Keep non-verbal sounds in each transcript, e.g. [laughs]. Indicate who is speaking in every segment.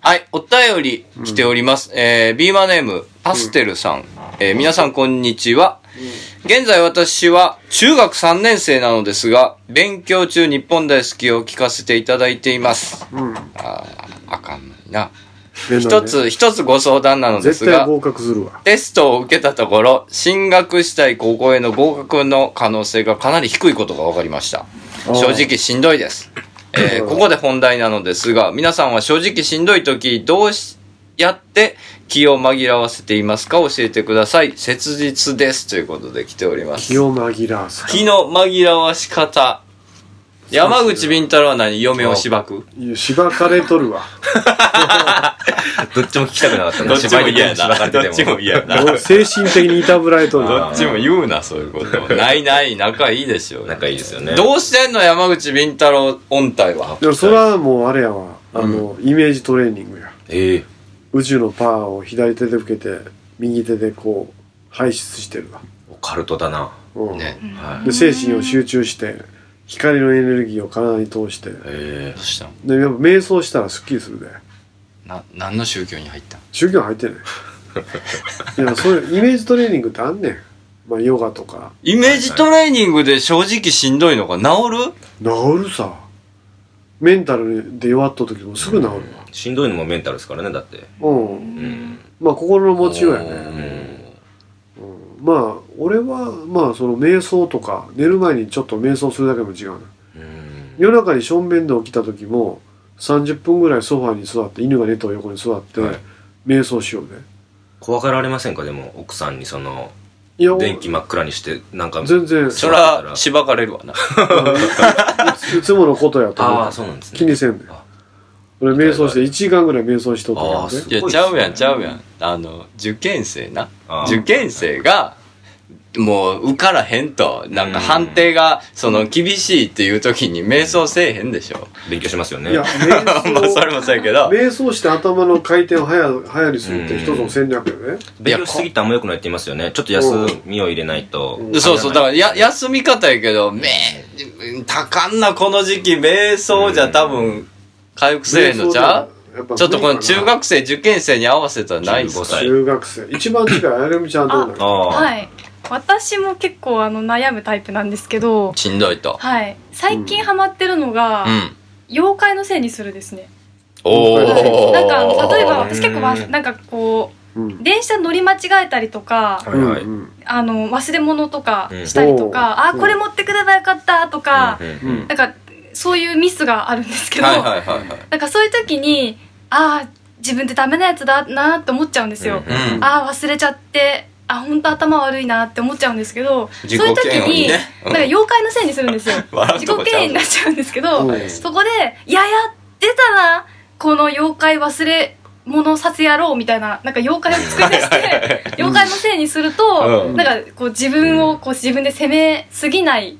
Speaker 1: はい、お便り来ております。えー、ビーマーネーム、パステルさん。えー皆さんこんにちは。現在私は中学3年生なのですが、勉強中日本大好きを聞かせていただいています。
Speaker 2: うん。
Speaker 1: あーあかんな。
Speaker 2: で
Speaker 1: 一。
Speaker 2: なん
Speaker 1: つ、一つご相談なの
Speaker 2: で
Speaker 1: です
Speaker 2: 絶対
Speaker 1: が、
Speaker 2: 合格するわ。
Speaker 1: テストを受けたところ、進学したい高校への合格の可能性がかなり低いことが分かりました。
Speaker 2: ー
Speaker 1: 正直しんどいです。えー
Speaker 2: うん
Speaker 1: ここで本題なのですが、皆さんは正直しんどい時、どうしやって気を紛らわせていますか教えてください。切実です。ということで来ております。
Speaker 2: 気を紛らわす。
Speaker 1: 気の紛らわし方。山口敏太郎は何嫁をしばく
Speaker 2: いや、しばかれとる [laughs] わ。
Speaker 3: どっちも聞きたくなかったな。
Speaker 1: どっちも嫌や
Speaker 3: 芝居
Speaker 1: な。
Speaker 3: に出
Speaker 1: ど
Speaker 3: て
Speaker 1: っちも嫌やな。
Speaker 2: 俺精神的にいたぶられとる
Speaker 1: ど
Speaker 2: わ。
Speaker 1: っちも言うな、そういうこと。ないない、仲いいでしょ。
Speaker 3: 仲いいですよね。
Speaker 1: どうしてんの山口敏太郎音体は。
Speaker 2: でもそれはもうあれやわ。あの、イメージトレーニングや。
Speaker 3: ええ
Speaker 2: 宇宙のパワーを左手で受けて、右手でこう、排出してるわ。
Speaker 3: オカルトだな。
Speaker 2: うん。
Speaker 1: ね。
Speaker 3: はい。
Speaker 2: で、精神を集中して、光のエネルギーを体に通して、
Speaker 3: ええ
Speaker 1: どうしたの
Speaker 2: で、やっぱ瞑想したらスッキリするで。
Speaker 1: な、何の宗教に入ったの
Speaker 2: 宗教入 [laughs] ってない。いや、そういうイメージトレーニングってあんねん。まあ、ヨガとか。
Speaker 1: イメージトレーニングで正直しんどいのが治る
Speaker 2: 治るさ。メンタルで弱った時もすぐ治るわ。
Speaker 3: しんどいのもメンタルですからね、だって。
Speaker 2: うん。
Speaker 3: うん。
Speaker 2: まあ、心の持ちようや
Speaker 3: う
Speaker 2: ね。
Speaker 3: ん。
Speaker 2: うん、まあ、俺は、まあ、その瞑想とか、寝る前にちょっと瞑想するだけでも違うね。
Speaker 3: うん。
Speaker 2: 夜中にしょんべんで起きた時も、30分ぐらいソファーに座って、犬が寝た横に座って、
Speaker 3: はい
Speaker 2: 瞑想しようね。
Speaker 3: 怖がられませんかでも、奥さんにその、
Speaker 2: いや、
Speaker 3: 電気真っ暗にして、なんか、
Speaker 2: 全
Speaker 3: [laughs]
Speaker 2: 然、
Speaker 1: そら、しばかれる [laughs] わな。
Speaker 2: いつものことやと思
Speaker 3: あ
Speaker 2: う
Speaker 3: あ、。そうなんですね。
Speaker 2: 気にせんねん
Speaker 3: あ
Speaker 2: 俺瞑想して1時間ぐらい瞑想しとった
Speaker 3: あー
Speaker 2: から
Speaker 3: す
Speaker 2: ね
Speaker 3: ご
Speaker 1: いや、ちゃうやん、ちゃうやん。あの、受験生な。
Speaker 3: あー
Speaker 1: 受験生が、もう受からへんと、なんか判定が、その、厳しいっていう時に瞑想せえへんでしょ。
Speaker 3: 勉強し [laughs] ますよね。
Speaker 2: いや
Speaker 1: [laughs] まあ、それ
Speaker 2: 瞑
Speaker 1: もそうやけど
Speaker 2: 想。瞑想して頭の回転を速速にするって一つの戦略よね
Speaker 3: 勉強しすぎてあんま良くないって言いますよね。ちょっと休みを入れないと。
Speaker 1: でそうそう、だから、や、休み方やけど、め、たかんな、この時期、瞑想じゃ多分、回復せえへんのちゃう
Speaker 2: 瞑想
Speaker 1: ちょっとこの
Speaker 2: 無理か
Speaker 1: 中
Speaker 2: な
Speaker 1: 学生、受験生に合わせたらないっす
Speaker 3: 15歳
Speaker 2: 中学生一番近いあやるみちゃんどうなの
Speaker 3: ああ。
Speaker 4: はい私も結構あの悩むタイプなんですけど
Speaker 1: しんどいと。
Speaker 4: はい最近ハマってるのが、
Speaker 1: うん。
Speaker 4: 妖怪のせいにするですね、
Speaker 1: お
Speaker 2: ー
Speaker 4: はい
Speaker 1: ー。
Speaker 4: なんかあの例えば私結構わ
Speaker 3: うん
Speaker 4: なんかこ
Speaker 2: うん
Speaker 4: う電車乗り間違えたりとか、
Speaker 3: はいはい。
Speaker 2: う
Speaker 3: うん
Speaker 2: ん
Speaker 4: あの忘れ物とかしたりとか、
Speaker 2: うん
Speaker 4: あこれ持ってくればよかったとか、
Speaker 2: うんうん
Speaker 4: なんかそういうミスがあるんですけど、
Speaker 1: はいはいはいはい。
Speaker 4: なんかそういう時にああ自分ってダメなやつだなって思っちゃうんですよ、
Speaker 3: うん
Speaker 1: うん。
Speaker 4: ああ忘れちゃってあ本当頭悪いなって思っちゃうんですけどそう
Speaker 1: 自
Speaker 4: い
Speaker 1: 己
Speaker 4: う時
Speaker 1: 嫌悪に
Speaker 4: に、
Speaker 1: ねうん
Speaker 4: なんか妖怪のせいにするんですよ
Speaker 1: 笑う
Speaker 4: 自
Speaker 1: とこ
Speaker 4: 己
Speaker 1: ち
Speaker 4: 嫌
Speaker 1: ゃう
Speaker 4: 悪になっちゃうんですけど、
Speaker 2: うん
Speaker 4: そこで「いやいや出たなこの妖怪忘れ物させやろう」みたいななんか妖怪を作り出して妖怪のせいにすると、
Speaker 1: うん
Speaker 4: なんかこう自分をこう自分で責めすぎない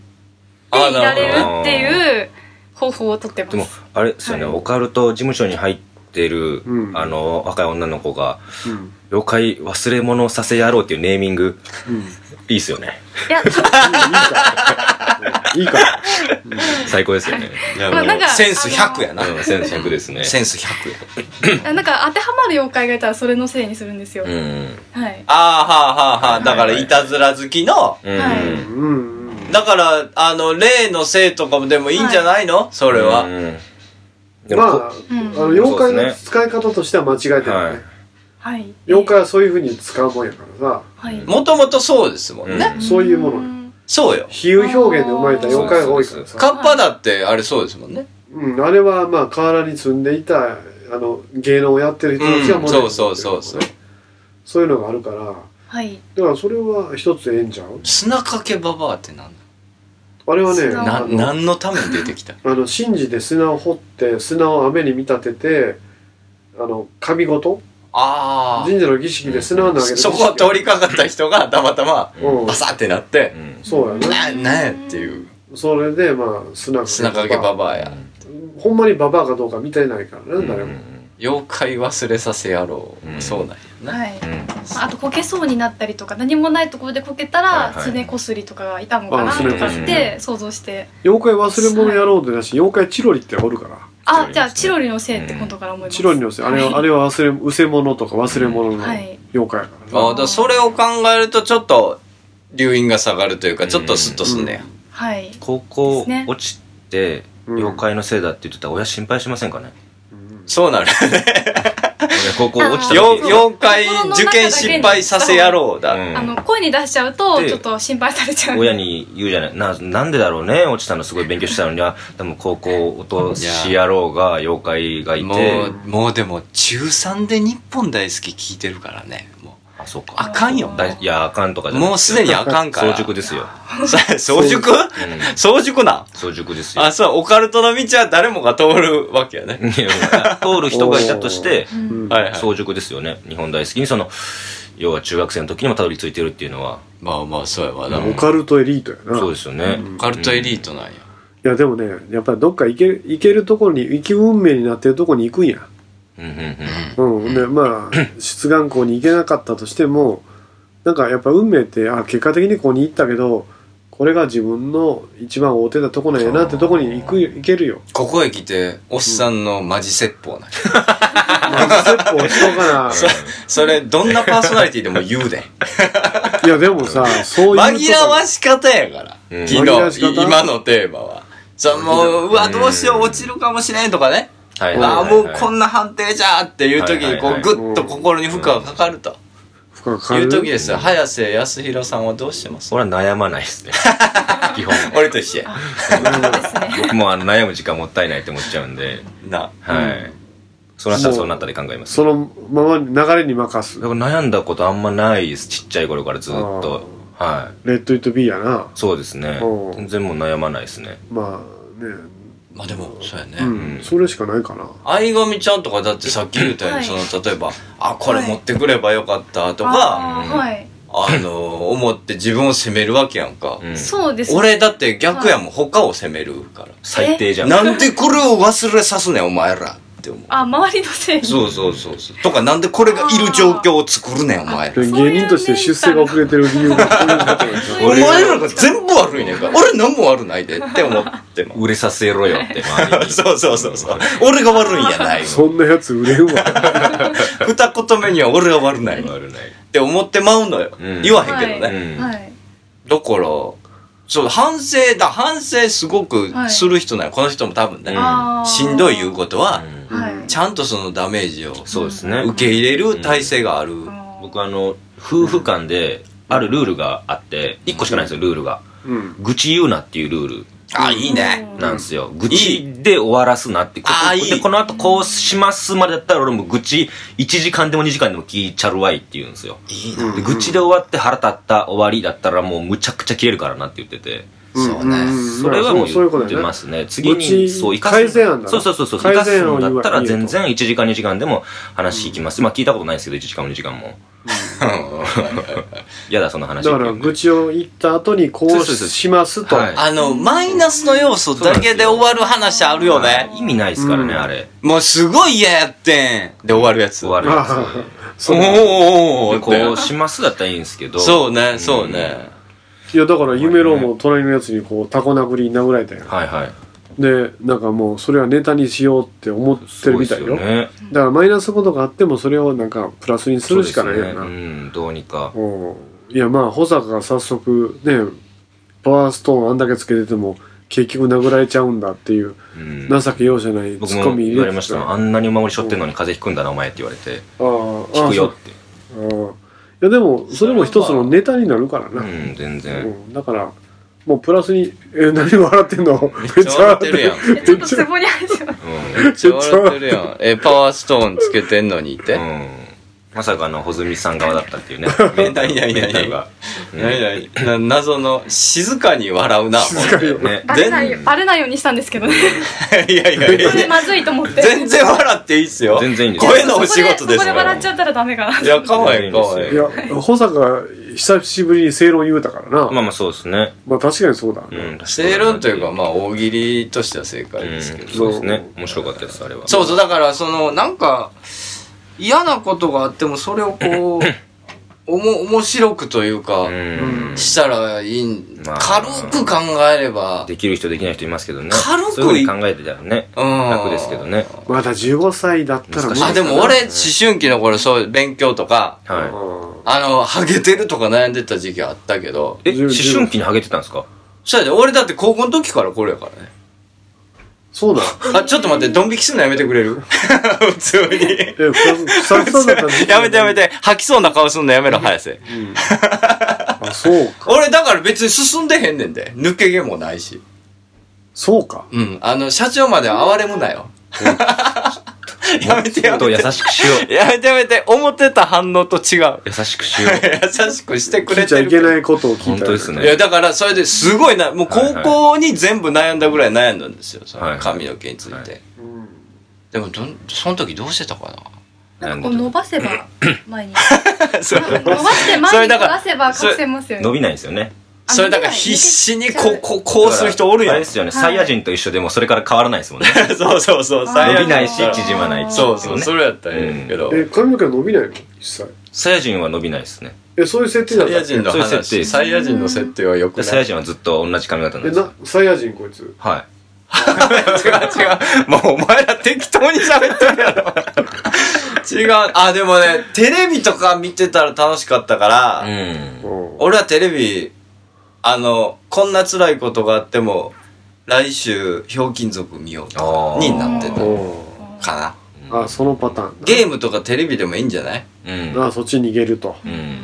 Speaker 4: でいられるっていう方法をとってま
Speaker 3: でも
Speaker 4: す。、
Speaker 3: あれですよね、
Speaker 4: はい
Speaker 3: オカルト事務所に入ってる、
Speaker 2: うん
Speaker 3: あの、若い女の子が、
Speaker 2: うん
Speaker 3: 妖怪忘れ物させやろうっていうネーミング、
Speaker 2: うん
Speaker 3: いいっすよね。
Speaker 4: いや
Speaker 2: いいから
Speaker 3: 最高ですよね。
Speaker 1: や
Speaker 4: まあなんか
Speaker 1: センス100やな。
Speaker 3: うん、センス100ですね。
Speaker 1: センス100や。
Speaker 4: なんか当てはまる妖怪がいたらそれのせいにするんですよ。
Speaker 3: うん。
Speaker 4: はい。
Speaker 1: あーはあはあはあ。だか
Speaker 3: はい
Speaker 1: ら、
Speaker 3: はい
Speaker 1: いたずら好きの、
Speaker 3: うん。
Speaker 4: は
Speaker 2: う
Speaker 4: い
Speaker 2: んうんうん
Speaker 1: だから、あの、例のせいとかもでもいいんじゃないのそれ
Speaker 3: う
Speaker 1: は。
Speaker 3: んでも
Speaker 2: ま
Speaker 3: こ
Speaker 2: ああの妖怪の使い方としては間違えて
Speaker 3: は
Speaker 2: る
Speaker 3: い
Speaker 2: ね。
Speaker 4: はい。
Speaker 2: 妖怪はそういうふうに使うもんやからさ
Speaker 4: はい。
Speaker 1: もともとそうですもんね。
Speaker 3: う
Speaker 2: そういうもの
Speaker 4: ん
Speaker 1: そうよ。
Speaker 2: 比喩表現で生まれた妖怪が多いからさ
Speaker 1: カッパだって、あれそうですもんね。
Speaker 2: うん、あれはまあ河原に住んでいたあの芸能をやってる人たちがモ
Speaker 1: うん
Speaker 2: デルになってる
Speaker 1: そうそうそうそう
Speaker 2: そういうのがあるからだか
Speaker 4: はい。
Speaker 2: らそれは一つええんちゃう
Speaker 1: 砂かけババアってなん
Speaker 2: あれはね
Speaker 4: 砂
Speaker 1: だな、
Speaker 2: あの
Speaker 1: 何のために出てき
Speaker 4: [laughs]
Speaker 1: た
Speaker 2: あの信じて砂を掘って砂を雨に見立ててあの神事
Speaker 1: あ
Speaker 2: 神社の儀式で砂を投げ
Speaker 1: あ。
Speaker 2: る
Speaker 1: そこを通りかかった人が、たまたま、
Speaker 2: うん
Speaker 1: バサってなって
Speaker 3: う、ん。
Speaker 2: そうやね
Speaker 1: な、なんやっていう。
Speaker 2: それでまあ砂
Speaker 1: 砂かけバ
Speaker 2: ア
Speaker 1: バアや。
Speaker 2: ほんまにババアかどうか見てないから
Speaker 3: うん
Speaker 2: ね誰も
Speaker 1: 妖怪忘れさせやろう。
Speaker 3: うん
Speaker 1: そうなんやな。
Speaker 4: はい。
Speaker 3: うん
Speaker 4: まああとこけそうになったりとか何もないところでこけたら
Speaker 3: はいはい
Speaker 4: すねこすりとかがいたのかな
Speaker 2: あす
Speaker 4: と
Speaker 2: ねこ
Speaker 4: か
Speaker 2: す
Speaker 3: りね
Speaker 4: って想像して
Speaker 2: 妖怪忘れ物やろうってなし妖怪チロリっておるから
Speaker 4: あ、じゃあ、チロリのせいって今度から思います。
Speaker 2: チロリのせいあれは、あれは忘れ、うせ物とか忘れ物の
Speaker 4: はい
Speaker 2: 妖怪やから
Speaker 1: あーだからそれを考えるとちょっと留飲が下がるというかちょっとスッとすんねや、
Speaker 4: はい。
Speaker 3: 高校
Speaker 4: すね
Speaker 3: 落ちて
Speaker 2: うん
Speaker 3: 妖怪のせいだって言ってたら親心配しませんか
Speaker 4: [laughs]
Speaker 3: ね
Speaker 2: うん
Speaker 1: そうなる
Speaker 3: 俺高校落ちた
Speaker 4: あ
Speaker 1: よ
Speaker 4: ー
Speaker 3: 時
Speaker 4: よ
Speaker 1: [laughs] 妖怪受験失敗させやろうだ、
Speaker 3: うん
Speaker 4: あの、声に出しちゃうと、
Speaker 3: で
Speaker 4: ちょっと心配されちゃ
Speaker 3: [laughs]
Speaker 4: う。
Speaker 3: 親に言うじゃないななんでだろうね落ちたのすごい勉強したのには多分高校落とし野郎が妖怪がい
Speaker 1: も
Speaker 3: て
Speaker 1: うもうでも中3で日本大好き聞いてるからねもう
Speaker 3: あそう
Speaker 1: あ
Speaker 3: か
Speaker 1: かんよ
Speaker 3: だいやあかんとかじゃなくて
Speaker 1: もうすでにあかんから
Speaker 3: 早熟ですよ、
Speaker 1: さ早熟
Speaker 3: うん、
Speaker 1: 早熟なん
Speaker 3: 早熟ですよ
Speaker 1: あそうオカルトの道は誰もが通るわけやね、
Speaker 3: いや [laughs] 通る人がいたとして
Speaker 4: うん
Speaker 2: うん
Speaker 1: はいはい
Speaker 3: 早熟ですよね日本大好きにその要は中学生の時にもたどり着いてるっていうのは
Speaker 1: まあまあそうやわな、
Speaker 3: うん
Speaker 2: オカルトエリートやな
Speaker 3: そうですよね、
Speaker 1: オカルトエリートなんや、
Speaker 2: いやでもねやっぱりどっか行け行けるところに行き運命になってるところに行くんや
Speaker 3: うんうんうん
Speaker 2: うんでま
Speaker 1: [clears throat]
Speaker 2: あ出願校に行けなかったとしてもなんかやっぱ運命ってあ結果的にここに行ったけどこれが自分の一番合うてたとこなんやなってとこに行く行け
Speaker 1: [laughs]
Speaker 2: るよ
Speaker 1: ここへ来ておっさんのマジ説法なんや
Speaker 2: まあステップをしとか
Speaker 1: [laughs] そそれどんなパーソナリティでも言う [laughs] で
Speaker 2: ないやでもさそういう
Speaker 1: 紛らわし方やから、
Speaker 3: うん
Speaker 1: 昨
Speaker 2: 紛らわし
Speaker 1: 日
Speaker 2: 方
Speaker 1: い今のテーマはそうもううわどうしよう
Speaker 3: うん
Speaker 1: 落ちるかもしれんとかね、
Speaker 3: はい
Speaker 1: ああもうこ
Speaker 3: な、
Speaker 1: んな判定じゃーっていう時にこ
Speaker 3: は
Speaker 1: う
Speaker 3: いはいはい
Speaker 1: グッと心に負荷がかかると
Speaker 2: とかか
Speaker 1: い
Speaker 2: る
Speaker 1: う時ですよ早瀬康弘さんはどうしてます
Speaker 3: 俺は悩まない
Speaker 1: [laughs]
Speaker 3: ですね基本
Speaker 1: 俺と一緒や
Speaker 3: 僕もあの悩む時間もったいないって思っちゃうんで
Speaker 1: な
Speaker 3: はい、そうなったらそうなったで考えます
Speaker 2: そのままに流れに任す
Speaker 3: だから悩んだことあんまないですちっちゃい頃からずっとはい
Speaker 2: レッド・イット・ビーやな
Speaker 3: そうですね
Speaker 2: おう
Speaker 3: 全然もう悩まないですね
Speaker 2: まあね
Speaker 1: まあでもそうやね、
Speaker 2: うんそれしかないかな
Speaker 1: 相込ちゃんとかだってさっき言ったように、
Speaker 4: はい
Speaker 1: その例えばあこれ持ってくればよかったとか、
Speaker 4: あーはい。
Speaker 1: あの、思って自分を責めるわけやんか。
Speaker 3: うん
Speaker 4: そうですね。
Speaker 1: 俺だって逆やもん、他を責めるから。
Speaker 3: 最低じゃん
Speaker 1: なんでこれを忘れさすねん、お前らって思う。
Speaker 4: あ、周りのせいに。
Speaker 1: そうそうそうそう。とか、なんでこれがいる状況を作るねん、お前ら。
Speaker 2: で
Speaker 4: そういう
Speaker 2: 芸人として出世が遅れてる理由がそういうことなんです
Speaker 1: お
Speaker 2: よ
Speaker 1: 前らが全部悪いねんから。俺何も悪ないでって思ってま
Speaker 3: 売れさせろよって周り
Speaker 1: す。
Speaker 3: に
Speaker 1: [laughs] そうそうそうそう。俺が悪いんやない。
Speaker 2: そんなやつ売れんわ
Speaker 1: 二言目には俺が悪ないっ
Speaker 3: 悪ない
Speaker 1: て思ってまうのよ。
Speaker 3: うん
Speaker 1: 言わへんけどね。
Speaker 4: はい
Speaker 3: うん
Speaker 4: はい。
Speaker 1: だから、そう、反省だ、反省すごくする人なの、この人も多分ね、
Speaker 3: うん
Speaker 4: あー
Speaker 1: しんどい言うことは、
Speaker 3: うん
Speaker 4: はい。
Speaker 1: ちゃんとそのダメージを
Speaker 3: そうですね
Speaker 1: 受け入れる体制がある。
Speaker 4: あー
Speaker 3: 僕あの夫婦間であるルールがあって1個しかないんですよルールが
Speaker 2: うん
Speaker 3: 愚痴言うなっていうルール
Speaker 1: あ、いいね。
Speaker 3: なんですよ。愚痴で終わらすなって。ここ
Speaker 1: あーいい
Speaker 3: で、この後こうしますまでだったら俺も愚痴1時間でも2時間でも聞いちゃるわいって言うんですよ。
Speaker 1: いい
Speaker 2: うん
Speaker 1: な。
Speaker 3: で愚痴で終わって腹立った終わりだったらもうむちゃくちゃ切れるからなって言ってて。
Speaker 1: そうね
Speaker 2: ん
Speaker 3: それはもう
Speaker 2: そうそういうことだ
Speaker 3: 言って
Speaker 2: よね
Speaker 3: ますね。次
Speaker 2: 愚痴
Speaker 3: に、そう、生かす。
Speaker 2: 改善案だな
Speaker 3: そうそうそうそう。生
Speaker 2: 改
Speaker 3: かす
Speaker 2: 善案を言
Speaker 3: んだ
Speaker 2: うわ
Speaker 3: ったら
Speaker 2: いいよ
Speaker 3: 全然1時間2時間でも話聞きます。まあ聞いたことないですけど、1時間も2時間 [laughs] も。嫌だ、その話。
Speaker 2: だから愚痴を言った後にこ
Speaker 3: そううそうそう
Speaker 2: しますと
Speaker 3: はい
Speaker 1: あの、マイナスの要素だけで終わる話あるよ
Speaker 3: はい
Speaker 1: ね。
Speaker 3: 意味ないですからね、
Speaker 2: うん
Speaker 3: あれ。
Speaker 1: もうすごい嫌やってん。で終わるやつ。
Speaker 3: 終わるや
Speaker 2: あ
Speaker 3: つ。
Speaker 2: あ
Speaker 1: お
Speaker 2: [laughs] そ
Speaker 1: ー
Speaker 2: う
Speaker 1: おーおー
Speaker 3: こう
Speaker 1: おーっ
Speaker 3: しますだったらいいんですけ
Speaker 1: て。
Speaker 3: ど。
Speaker 1: そうね、そうね。
Speaker 2: いやだから夢郎も隣のやつにこうタコ殴りに殴られたよ
Speaker 3: はいはい。
Speaker 2: でなんかもうそれはネタにしようって思ってるみたい
Speaker 3: そう
Speaker 2: よ
Speaker 3: ですね。
Speaker 2: だからマイナスことがあってもそれをなんかプラスにするしかないよ
Speaker 3: そうです
Speaker 2: な
Speaker 3: ねうん、どうにか。
Speaker 2: うんいやまあ保坂が早速ねパワーストーンあんだけつけてても結局殴られちゃうんだっていう
Speaker 3: うん
Speaker 2: 情け容赦ない
Speaker 3: 僕
Speaker 2: ツッコ
Speaker 3: も
Speaker 2: ミ入
Speaker 3: 言わ
Speaker 2: れ
Speaker 3: れま
Speaker 2: て
Speaker 3: したたもんあんなにお守りしょってんのに風邪ひくんだな、お前って言われて。
Speaker 2: あああ
Speaker 3: 聞
Speaker 2: あ
Speaker 3: くよって。
Speaker 2: そうああいやでもそれも一つのネタになるから
Speaker 3: う
Speaker 2: な、
Speaker 3: ん、全
Speaker 2: う
Speaker 3: 然。
Speaker 2: んだからもうプラスに「え何笑ってんの?」
Speaker 1: めっちゃ笑ってるやん。
Speaker 4: えちょっとツボに入っちゃう。
Speaker 1: めっちゃ笑ってるやん。え、パワーストーンつけてんのにっ
Speaker 3: う
Speaker 1: て。
Speaker 3: ん。まさかの、ほずみさん側だったっていうね。
Speaker 1: 何々
Speaker 3: メンタルが。
Speaker 1: 何々な謎の静かに笑うな。
Speaker 2: 静
Speaker 1: [laughs]
Speaker 2: かによ
Speaker 3: ね。
Speaker 4: バレないよ、バレないようにしたんですけどね。
Speaker 1: いやいやい
Speaker 4: それ
Speaker 1: や、
Speaker 4: まずいと思って。
Speaker 1: 全然笑っていいっすよ。
Speaker 3: 全然いいです。
Speaker 1: 声のお仕事です
Speaker 4: そこでそこで笑っちゃったらダメかな。
Speaker 1: いや、かわいいかわい
Speaker 2: い
Speaker 1: い。
Speaker 2: や保坂が久しぶりに正論言うたからな
Speaker 3: ま
Speaker 2: ま
Speaker 3: あまあそうですね。
Speaker 2: あ確かにそうだ、
Speaker 3: うん。
Speaker 1: 正論というか、まあ、大喜利としては正解
Speaker 3: うん、
Speaker 1: です
Speaker 3: そう
Speaker 1: けど。
Speaker 3: ですね。面白かったです、あれは。
Speaker 1: そう
Speaker 3: [laughs]
Speaker 1: そう、だから、その、なんか、嫌なことがあっても、それをこう、おも、面白くというか、
Speaker 3: うん
Speaker 1: したらいいん、
Speaker 3: まあ
Speaker 1: 軽く考えれば、
Speaker 3: できる人できない人いますけどね
Speaker 1: 軽く
Speaker 3: そういうふうに考えてたらね
Speaker 1: うん
Speaker 3: 楽ですけどね
Speaker 2: まだ15歳だったら
Speaker 3: 難しい
Speaker 1: あ、でも俺、思
Speaker 3: ね
Speaker 1: 春期の頃、そう、勉強とか、
Speaker 3: は
Speaker 1: あの、ハゲてるとか悩んでた時期あったけど、
Speaker 3: いえ
Speaker 2: 十
Speaker 3: 思
Speaker 2: 十
Speaker 3: 春期にハゲてたんですか
Speaker 1: そうやで、俺だって高校の時からこれやからね。
Speaker 2: そうだ。
Speaker 1: あ、ちょっと待って、ドン引きするのやめてくれる [laughs] 普通に。
Speaker 2: え、ふさふさふさだった時
Speaker 1: [laughs]
Speaker 2: 期
Speaker 1: やめてやめ。て、吐きそうな顔すんのやめろ、早瀬。
Speaker 2: うんあ、そうか。
Speaker 1: 俺だから別に進んでへんねんで。抜け毛もないし。
Speaker 2: そうか。
Speaker 1: うん。あの、社長までは哀れむなよ。やめて
Speaker 3: も
Speaker 1: や
Speaker 3: っと
Speaker 1: め
Speaker 3: 優
Speaker 1: て。
Speaker 3: しくしよう。
Speaker 1: やめてやめて。思ってた反応と違う
Speaker 3: 優しく
Speaker 1: [laughs]
Speaker 3: しよう
Speaker 1: 優しくしてく
Speaker 2: 聞
Speaker 1: れ
Speaker 2: いちゃ
Speaker 1: て
Speaker 2: いけ
Speaker 1: る。
Speaker 2: ないことを聞いたよ。
Speaker 3: 本当ですね
Speaker 1: いや、だから、それですごいな、もう高校に全部悩んだぐらい悩んだんですよ。そ
Speaker 3: はい
Speaker 1: の
Speaker 3: はい
Speaker 1: 髪の毛について。
Speaker 3: はい
Speaker 2: うん。
Speaker 1: でも、どん、その時どうしてたか
Speaker 4: なんかこう伸ばせば前に
Speaker 1: な [laughs] そ
Speaker 4: 伸
Speaker 1: う
Speaker 4: ばし
Speaker 1: そ
Speaker 4: て
Speaker 1: れ
Speaker 4: 前に
Speaker 1: だから
Speaker 4: 出せば隠せますよね
Speaker 3: 伸びないんですよね
Speaker 1: それだから必死にこう、こう、こうする人おるや
Speaker 3: あれ
Speaker 1: ん
Speaker 3: で。すよねサイヤ人と一緒でもそれから変わらないですもんね
Speaker 1: そうそうそう、
Speaker 4: サイヤ人
Speaker 3: 伸びないし縮まないってい
Speaker 1: そううそ
Speaker 3: ね
Speaker 1: う、それやったらええけど。
Speaker 2: え、髪の毛伸びないの一切。
Speaker 3: サイヤ人は伸びないですね
Speaker 2: え、そういう設定だ
Speaker 1: サイ
Speaker 2: った
Speaker 1: ヤ
Speaker 2: っけ
Speaker 1: 人の
Speaker 3: そういう設定で
Speaker 1: 話。
Speaker 3: す
Speaker 1: サイヤ人の設定はよく
Speaker 3: で
Speaker 1: ない。
Speaker 3: サイヤ人はずっと同じ髪型なん
Speaker 2: え、
Speaker 3: ですよ
Speaker 2: な、サイヤ人こいつ。
Speaker 3: はい
Speaker 1: 違 [laughs] う違う。もうお前ら適当に喋ってるやろ。違う。あ、でもね、テレビとか見てたら楽しかったから、
Speaker 3: うん
Speaker 2: うん
Speaker 1: 俺はテレビ、あの、こんな辛いことがあっても、来週、ひょうきん族見ようと
Speaker 3: あー
Speaker 1: かになって
Speaker 2: う
Speaker 1: た
Speaker 2: ん
Speaker 1: かな。
Speaker 2: あ、そのパターン。
Speaker 1: ゲームとかテレビでもいいんじゃない
Speaker 3: うん
Speaker 2: あ、そっちに逃げると。
Speaker 3: うん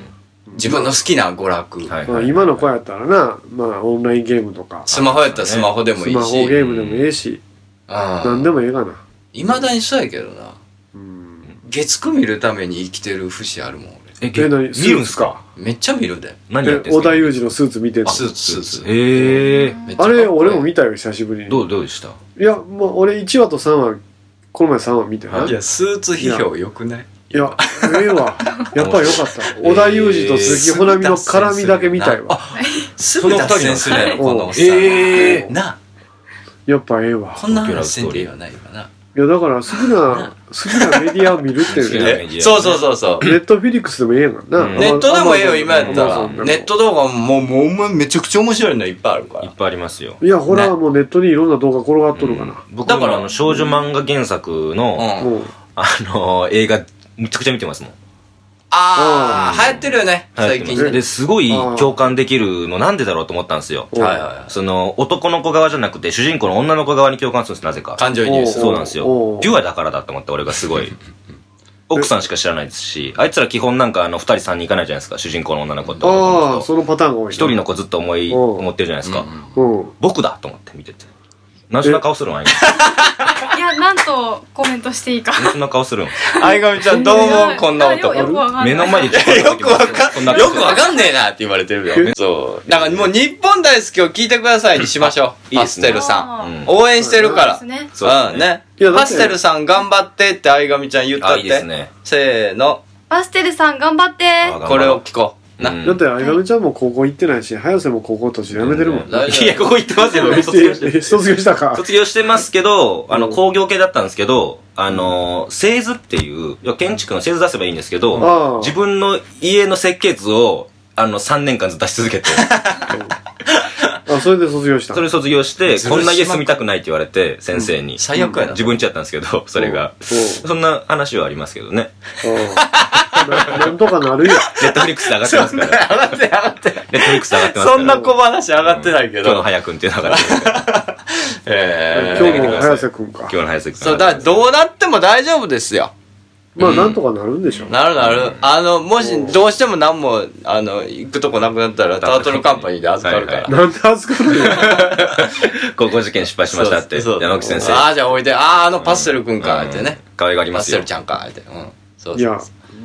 Speaker 1: 自分の好きな娯楽。
Speaker 3: はい
Speaker 2: ま
Speaker 3: は
Speaker 2: あ
Speaker 3: い
Speaker 2: 今の子やったらな、まあオンラインゲームとか、ス
Speaker 1: スマホやったらスマホでもいい
Speaker 2: マ
Speaker 1: し
Speaker 2: ホ。ゲームでもええし、何でもええがな。
Speaker 1: いまだにそうやけどな。
Speaker 2: うん。
Speaker 1: 月9見るために生きてる節あるもん、
Speaker 3: え
Speaker 2: え何
Speaker 3: 見るんすか
Speaker 1: 俺。めっちゃ見るで。
Speaker 3: 何や
Speaker 2: え
Speaker 3: ってんす
Speaker 2: 織
Speaker 3: か
Speaker 2: 田裕二のスーツ見てんの
Speaker 1: スーツ、スーツ。
Speaker 3: へえ
Speaker 1: めっちゃか
Speaker 2: あ
Speaker 1: っこいい
Speaker 2: れ、俺も見たよ、久しぶりに。
Speaker 3: どうどうでした
Speaker 2: いや、まあ、俺1話と3話、この前3話見てな。
Speaker 1: い
Speaker 2: いや、
Speaker 1: や、スーツ批評よくない
Speaker 2: ええわ。やっぱりよかった。織田裕二と鈴木保奈美の絡みだけ見たいわ。
Speaker 1: すぐ脱線するやろ、
Speaker 2: そ
Speaker 1: こ
Speaker 2: の
Speaker 1: のお
Speaker 2: 二
Speaker 1: っさ
Speaker 2: 人
Speaker 1: ん。
Speaker 3: えー
Speaker 1: な、
Speaker 2: やっぱええわ。
Speaker 1: こんな話せんではないかな。
Speaker 2: いや、だから好きな、好きなメディアを見るって
Speaker 3: 好きな
Speaker 2: ね。
Speaker 3: メディア
Speaker 1: えそうそうそうそう。
Speaker 2: ネットフィリックスでもええやんな。
Speaker 3: うん
Speaker 1: ネットでもええよ、今やった
Speaker 2: Amazon
Speaker 1: ら。
Speaker 2: でも
Speaker 1: ネット動画も、もう、もう、めちゃくちゃ面白いのいっぱいあるか
Speaker 3: いっ
Speaker 1: ら。
Speaker 3: ぱいありますよ
Speaker 2: いや、ほら、もうネットにいろんな動画転がっとるかな。
Speaker 3: 僕
Speaker 1: だ
Speaker 3: だ
Speaker 1: か
Speaker 3: かららあの少女漫画原作の、
Speaker 1: うん。
Speaker 2: もう、
Speaker 3: あの映画むちゃくちゃ見てますもん
Speaker 1: あー、流行ってるよね、
Speaker 3: 流行
Speaker 1: 最
Speaker 3: ってま
Speaker 1: 近
Speaker 3: す
Speaker 1: ね。
Speaker 3: ですごい共感できるのなんでだろうと思ったんですよ
Speaker 2: うん
Speaker 1: はいはいは
Speaker 3: その男の子側じゃなくて主人公の女の子側に共感するんですなぜか
Speaker 1: い。感情移入する。
Speaker 3: そうなんです
Speaker 2: おうお
Speaker 3: よ
Speaker 2: う
Speaker 3: ピュアだからだと思って俺がすごい奥さんしか知らないですしあいつら基本なんかあの2人3人行かないじゃないですか主人公の女の子って
Speaker 2: ああ、そのパターンが多いな。
Speaker 3: 1人の子ずっと思い
Speaker 2: おう
Speaker 3: 思ってるじゃないですか
Speaker 1: うん
Speaker 2: うん。
Speaker 3: 僕だと思って見てて何そんな顔するんあいつ
Speaker 4: いやなんとコメントしていいか
Speaker 3: 何そんな顔するん
Speaker 1: [laughs] 相上ちゃん、どう思うこんな男
Speaker 4: いやよ。よくわかんない
Speaker 3: 目の前で
Speaker 1: [laughs] よくわ
Speaker 3: こ
Speaker 1: かん、
Speaker 3: んな
Speaker 1: よくわかんねえなって言われてるよね。そう。だからもう日本大好きを聞いてくださいにしましょう。
Speaker 3: いい
Speaker 1: パ
Speaker 3: で
Speaker 1: ス
Speaker 3: す
Speaker 1: テ
Speaker 3: ね
Speaker 1: ルさ。
Speaker 4: あ
Speaker 3: うんん
Speaker 1: 応援してるか
Speaker 4: そ
Speaker 1: ら
Speaker 4: う。ですね
Speaker 1: そうね。
Speaker 2: いやだ
Speaker 1: パ
Speaker 2: って
Speaker 1: ステルさん頑張ってって相上ちゃん言った
Speaker 3: あ
Speaker 1: っ
Speaker 3: いいです
Speaker 1: て。
Speaker 3: ね
Speaker 1: せーの。
Speaker 4: パステルさん頑張って
Speaker 3: あ
Speaker 1: これを聞こう。な
Speaker 3: う。ん
Speaker 2: だって、あやめちゃんも高校行ってないし、早瀬も高校途中で辞めてるもん
Speaker 1: うん。大丈夫
Speaker 3: いや、ここ行ってますよ、僕卒業して。
Speaker 2: 卒業したか。
Speaker 3: 卒業してますけど、あの、工業系だったんですけど、あの、製図っていう、要は建築の製図出せばいいんですけ
Speaker 2: ああ
Speaker 3: ど、自分の家の設計図を、あの、3年間ずっと出し続けて、
Speaker 2: あ、それで卒業した
Speaker 3: そ。れ卒業
Speaker 1: [laughs]
Speaker 3: して、
Speaker 1: ずるしま
Speaker 3: こ
Speaker 1: く
Speaker 3: んな家住みたくないって言われて、先生に。
Speaker 1: 最悪やな
Speaker 3: 自分家やったんですけど、それが。
Speaker 2: うん
Speaker 3: そんな話はありますけどね。
Speaker 2: うんななんとかなるよ。
Speaker 3: ネットフリックスで上がってます
Speaker 1: そん
Speaker 3: か
Speaker 1: な [laughs] 上が
Speaker 3: ら。
Speaker 1: って上がってない。
Speaker 3: ネットフリックスで上がってますか
Speaker 1: そ
Speaker 3: ら。
Speaker 1: んな小話上がってないけ
Speaker 3: 今日の
Speaker 1: ど。
Speaker 3: 早くんっていうのが上がってますから
Speaker 1: え
Speaker 2: 今
Speaker 1: ー
Speaker 2: 日も早瀬くんか
Speaker 3: 今日。の早くん。
Speaker 1: そう、だからどうなっても大丈夫ですよ。
Speaker 2: まあ、なんとかなるんでしょ。
Speaker 1: なるなる。あの、もし、どうしても何も、あの、行くとこなくなったら、タートルカンパニーで預かるから。
Speaker 3: はい
Speaker 2: なんで
Speaker 1: [laughs]
Speaker 2: 預かるのよ。
Speaker 3: 高校受験失敗しましたって、
Speaker 1: そうそう
Speaker 3: 山口先生。
Speaker 1: ああ、じゃあ置いて、ああ、あのパステルくんか、ってね。
Speaker 3: 可愛がりま
Speaker 1: パス
Speaker 3: す
Speaker 1: テ
Speaker 3: よ
Speaker 1: ルち。ゃんか、って。うん。そうそうそう
Speaker 2: いや、ね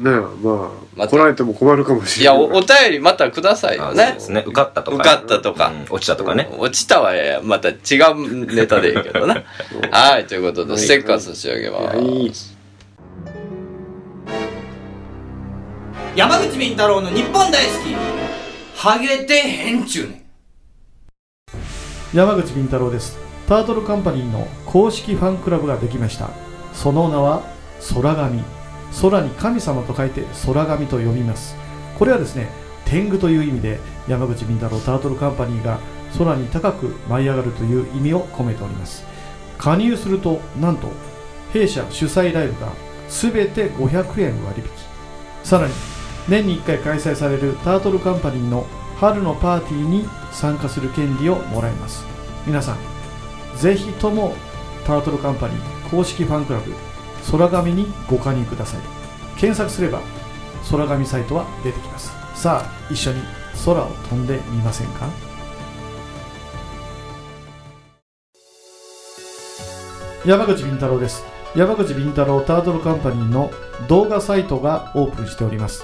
Speaker 2: え、ま
Speaker 1: ま
Speaker 2: あ、
Speaker 1: た
Speaker 2: 来られても困るかもし
Speaker 1: い
Speaker 2: れ
Speaker 1: や、
Speaker 2: ない。
Speaker 1: お、お便りまたくださいよ
Speaker 3: あそう
Speaker 1: ね
Speaker 3: で。すね。受かったとか。
Speaker 1: 受かったとか
Speaker 3: う。ん落ちたとかね。
Speaker 1: 落ちたはええやまた違うネタでいいけど
Speaker 3: [laughs]
Speaker 1: な。はい、ということで、ステッカー差し上げま
Speaker 2: いやいい
Speaker 1: す。
Speaker 5: 山口み太郎の日本大好きハゲてへんちゅうねん
Speaker 6: 山口敏太郎ですタートルカンパニーの公式ファンクラブができましたその名は空神空に神様と書いて空神と呼びますこれはですね天狗という意味で山口敏太郎タートルカンパニーが空に高く舞い上がるという意味を込めております加入するとなんと弊社主催ライブが全て500円割引さらに年に1回開催されるタートルカンパニーの春のパーティーに参加する権利をもらえます皆さんぜひともタートルカンパニー公式ファンクラブ空紙にご加入ください検索すれば空紙サイトは出てきますさあ一緒に空を飛んでみませんか山口敏太郎です山口敏太郎タートルカンパニーの動画サイトがオープンしております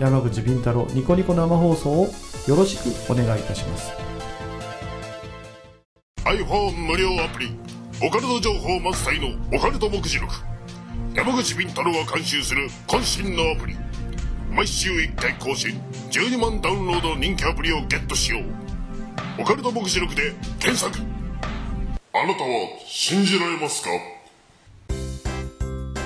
Speaker 6: 山口敏太郎ニコニコ生放送をよろしくお願いいたします
Speaker 7: iPhone 無料アプリオカルト情報満載のオカルト目次録山口敏太郎が監修する渾身のアプリ毎週1回更新12万ダウンロード人気アプリをゲットしようオカルト目次録で検索あなたは信じられますか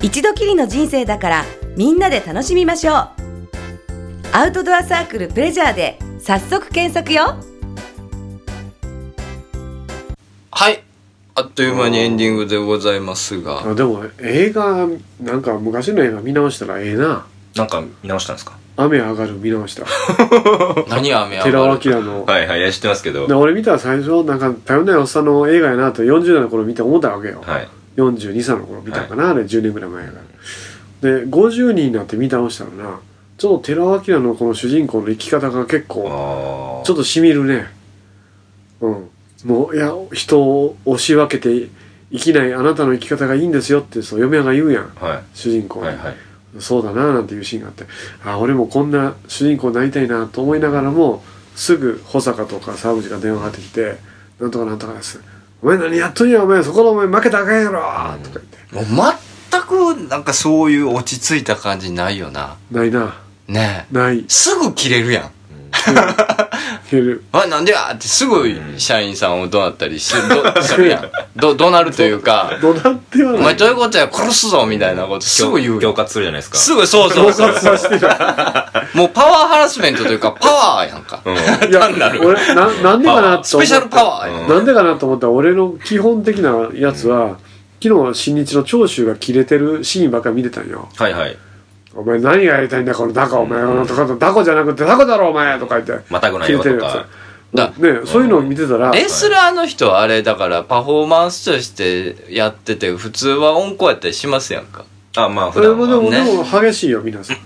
Speaker 8: 一度きりの人生だからみんなで楽しみましょうアウトドアサークルプレジャーで早速検索よ
Speaker 1: はい。あっという間にエンディングでございますが。 [laughs]
Speaker 2: あでも映画なんか昔の映画見直したらええな
Speaker 3: なんか見直したんですか
Speaker 2: 雨上がる見直した
Speaker 1: 何雨上
Speaker 2: 寺
Speaker 1: が
Speaker 2: 尾
Speaker 1: る
Speaker 2: 明の
Speaker 3: はいはいいや知ってますけど
Speaker 2: で俺見たら最初なんか頼んないおっさんの映画やなと40代の頃見て思ったわけよ、
Speaker 3: はい
Speaker 2: 42歳の頃見たかな、あれ10年ぐらい前やからで50人になって見直したらなちょっと寺尾明のこの主人公の生き方が結構
Speaker 3: ああ
Speaker 2: ちょっとしみるねうんもういや人を押し分けて生きないあなたの生き方がいいんですよってそう嫁が言うやん
Speaker 3: は
Speaker 2: 主人公
Speaker 3: い
Speaker 2: に、
Speaker 3: はいはい
Speaker 2: そうだななんていうシーンがあってあ俺もこんな主人公になりたいなと思いながらもすぐ保坂とか沢口が電話がかかってきて「なんとかなんとかです」「お前何やっとんやお前そこのお前負けたらあかんやろ」とか言って
Speaker 1: もう全くなんかそういう落ち着いた感じないよな。
Speaker 2: 「ないな
Speaker 1: ねえ。
Speaker 2: ない
Speaker 1: すぐ切れるやん。
Speaker 2: 消える
Speaker 1: あ、なんでやってすぐ社員さんを怒鳴ったりし、 [laughs] ど、するやん。ど、怒鳴るというか、
Speaker 2: どなっては
Speaker 1: お
Speaker 2: な
Speaker 1: 前
Speaker 2: い
Speaker 1: どういうことや、殺すぞみたいなことすぐ言うや
Speaker 3: 恐
Speaker 1: ん。
Speaker 3: 喝するじゃないですか
Speaker 1: すぐ、そうそうそう。
Speaker 2: さしてる
Speaker 1: [laughs] もうパワーハラスメントというか、パワーやんか。
Speaker 2: いや俺ななんでかなと思って
Speaker 1: スペシャルパワーやん。
Speaker 2: なんでかなと思ったら俺の基本的なやつは昨日新日の長州が切れてるシーンばっかり見てたんよ
Speaker 3: はいはい
Speaker 2: お前何がやりたいんだこのダコお前のとかダコじゃなくてダコだろお前とか言って
Speaker 3: またぐないよ
Speaker 2: 聞いて
Speaker 3: と
Speaker 2: るや
Speaker 3: か
Speaker 2: つねそういうのを見てたら
Speaker 1: レスラーの人はあれだからパフォーマンスとしてやってて普通は音効やったりしますやんか、
Speaker 3: あまあ普
Speaker 2: それ
Speaker 3: 段
Speaker 2: もでも
Speaker 3: は
Speaker 1: ね
Speaker 2: でも激しいよ皆さん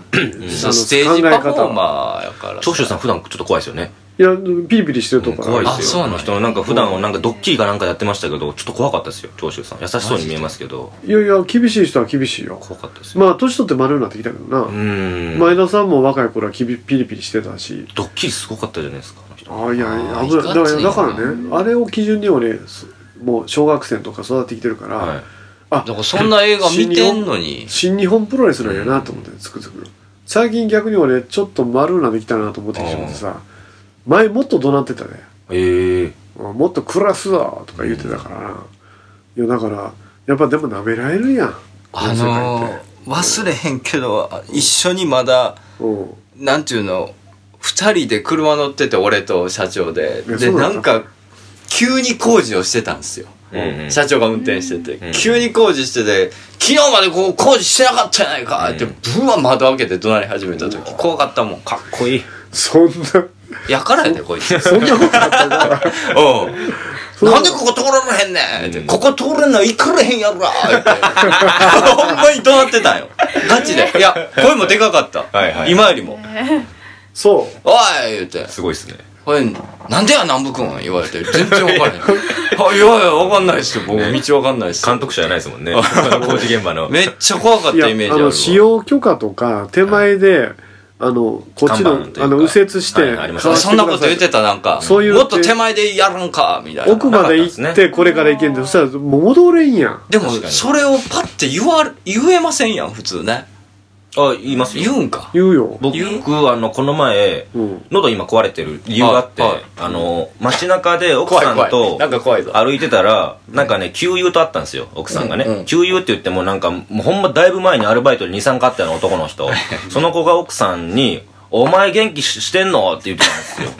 Speaker 1: そうステージ
Speaker 2: 考え
Speaker 1: パ
Speaker 2: 方
Speaker 1: フォーマーやから
Speaker 3: 長州さん普段ちょっと怖いですよね
Speaker 2: いやピリピリしてると
Speaker 3: うん
Speaker 2: こ
Speaker 3: 怖いですよ
Speaker 1: あそうなんや
Speaker 3: 人のなんか普段はなんかドッキリかなんかやってましたけどちょっと怖かったですよ長州さん優しそうに見えますけど
Speaker 2: いやいや厳しい人は厳しいよ
Speaker 3: 怖かったですよ
Speaker 2: まあ年取って丸になってきたけどな、
Speaker 3: うーん
Speaker 2: 前田さんも若い頃はきびピリピリしてたし
Speaker 3: ドッキリすごかったじゃないですかあの人
Speaker 2: ああいや
Speaker 1: あー
Speaker 2: 危ないだか
Speaker 1: いかつ
Speaker 2: ら
Speaker 1: いな
Speaker 2: だからねあれを基準に俺そもう小学生とか育ってきてるから、
Speaker 3: はい
Speaker 1: だからそんな映画見てんのに
Speaker 2: [laughs] 新日本プロレスなんやなと思ってつくづく最近逆に俺ちょっと丸なできたなと思ってきてもってさ前もっと怒鳴ってたね
Speaker 3: ええ
Speaker 2: うんもっと暮らすぞとか言ってたからな、いやだからやっぱでも舐められるやん
Speaker 1: あ
Speaker 2: この世界
Speaker 1: の
Speaker 2: って
Speaker 1: ー忘れへんけど一緒にまだ
Speaker 2: うん
Speaker 1: なんていうの二人で車乗ってて俺と社長で
Speaker 2: いや
Speaker 1: で
Speaker 2: そう
Speaker 1: な
Speaker 2: だった
Speaker 1: んか急に工事をしてたんですよ
Speaker 3: うんうん
Speaker 1: 社長が運転してて、
Speaker 3: ん
Speaker 1: 急に工事してて昨日までこう工事してなかったやないかって、
Speaker 3: うん
Speaker 1: ブワー窓開けて怒鳴り始めた時怖かったもんかっこいい
Speaker 2: そんな
Speaker 1: やからやでこいつ
Speaker 2: そんなことあったな
Speaker 1: うんなんでここ通られへんねんって、
Speaker 3: うん
Speaker 1: ここ通れんの行かれへんやろ言
Speaker 2: [laughs]
Speaker 1: ってほんまに怒鳴ってたんよガチ
Speaker 2: [laughs]
Speaker 1: でいや声もでかかった、
Speaker 3: はいはい
Speaker 1: 今よりも
Speaker 2: そ
Speaker 1: 「おい!」言うて
Speaker 3: すごいですね
Speaker 1: これ、なんでや、南部君言われて。全然わからへん。はい、いやいや、わかんないっすよ。僕、道わかんないっすよ。
Speaker 3: 監督者じゃないですも [laughs] んね工事現場の
Speaker 1: めっちゃ怖かっ
Speaker 2: ういや
Speaker 1: たイメージあ
Speaker 2: あ
Speaker 1: るわ
Speaker 2: の使用許可とか手前であのこっち
Speaker 3: 看
Speaker 2: の
Speaker 3: 板というか
Speaker 2: あの右折し
Speaker 3: は
Speaker 2: て
Speaker 3: いありました
Speaker 1: そ
Speaker 2: わ
Speaker 1: う
Speaker 2: せ
Speaker 1: そんなこと言っててた、なんか。
Speaker 2: そういう
Speaker 1: もっと手前でやらんか、みたいな。
Speaker 2: 奥まで
Speaker 3: なか
Speaker 2: 行
Speaker 3: った
Speaker 2: っ
Speaker 3: です
Speaker 2: てこれから行けんでそしたらもう戻れんやん
Speaker 1: でも
Speaker 3: 確か、に
Speaker 1: それをパッて言わ、言えませんやん、普通ね。
Speaker 3: あ言います
Speaker 1: 言
Speaker 3: よ
Speaker 1: うんか。
Speaker 2: 言うよ
Speaker 3: 僕
Speaker 1: 言う
Speaker 3: あのこの前
Speaker 2: うん
Speaker 3: 喉今壊れてる理由があって、
Speaker 1: はいはい
Speaker 3: あの街中で奥さんと
Speaker 1: か怖いぞ
Speaker 3: 歩いてたら、なんかね、給油とあったんですよ、奥さんがね。
Speaker 1: うんうん
Speaker 3: 給油って言っても、なんか、もうほんまだいぶ前にアルバイトで2、3買ったような男の人。その子が奥さんに、お前元気ししてんのって言ってたん
Speaker 1: [laughs]
Speaker 3: ですよ。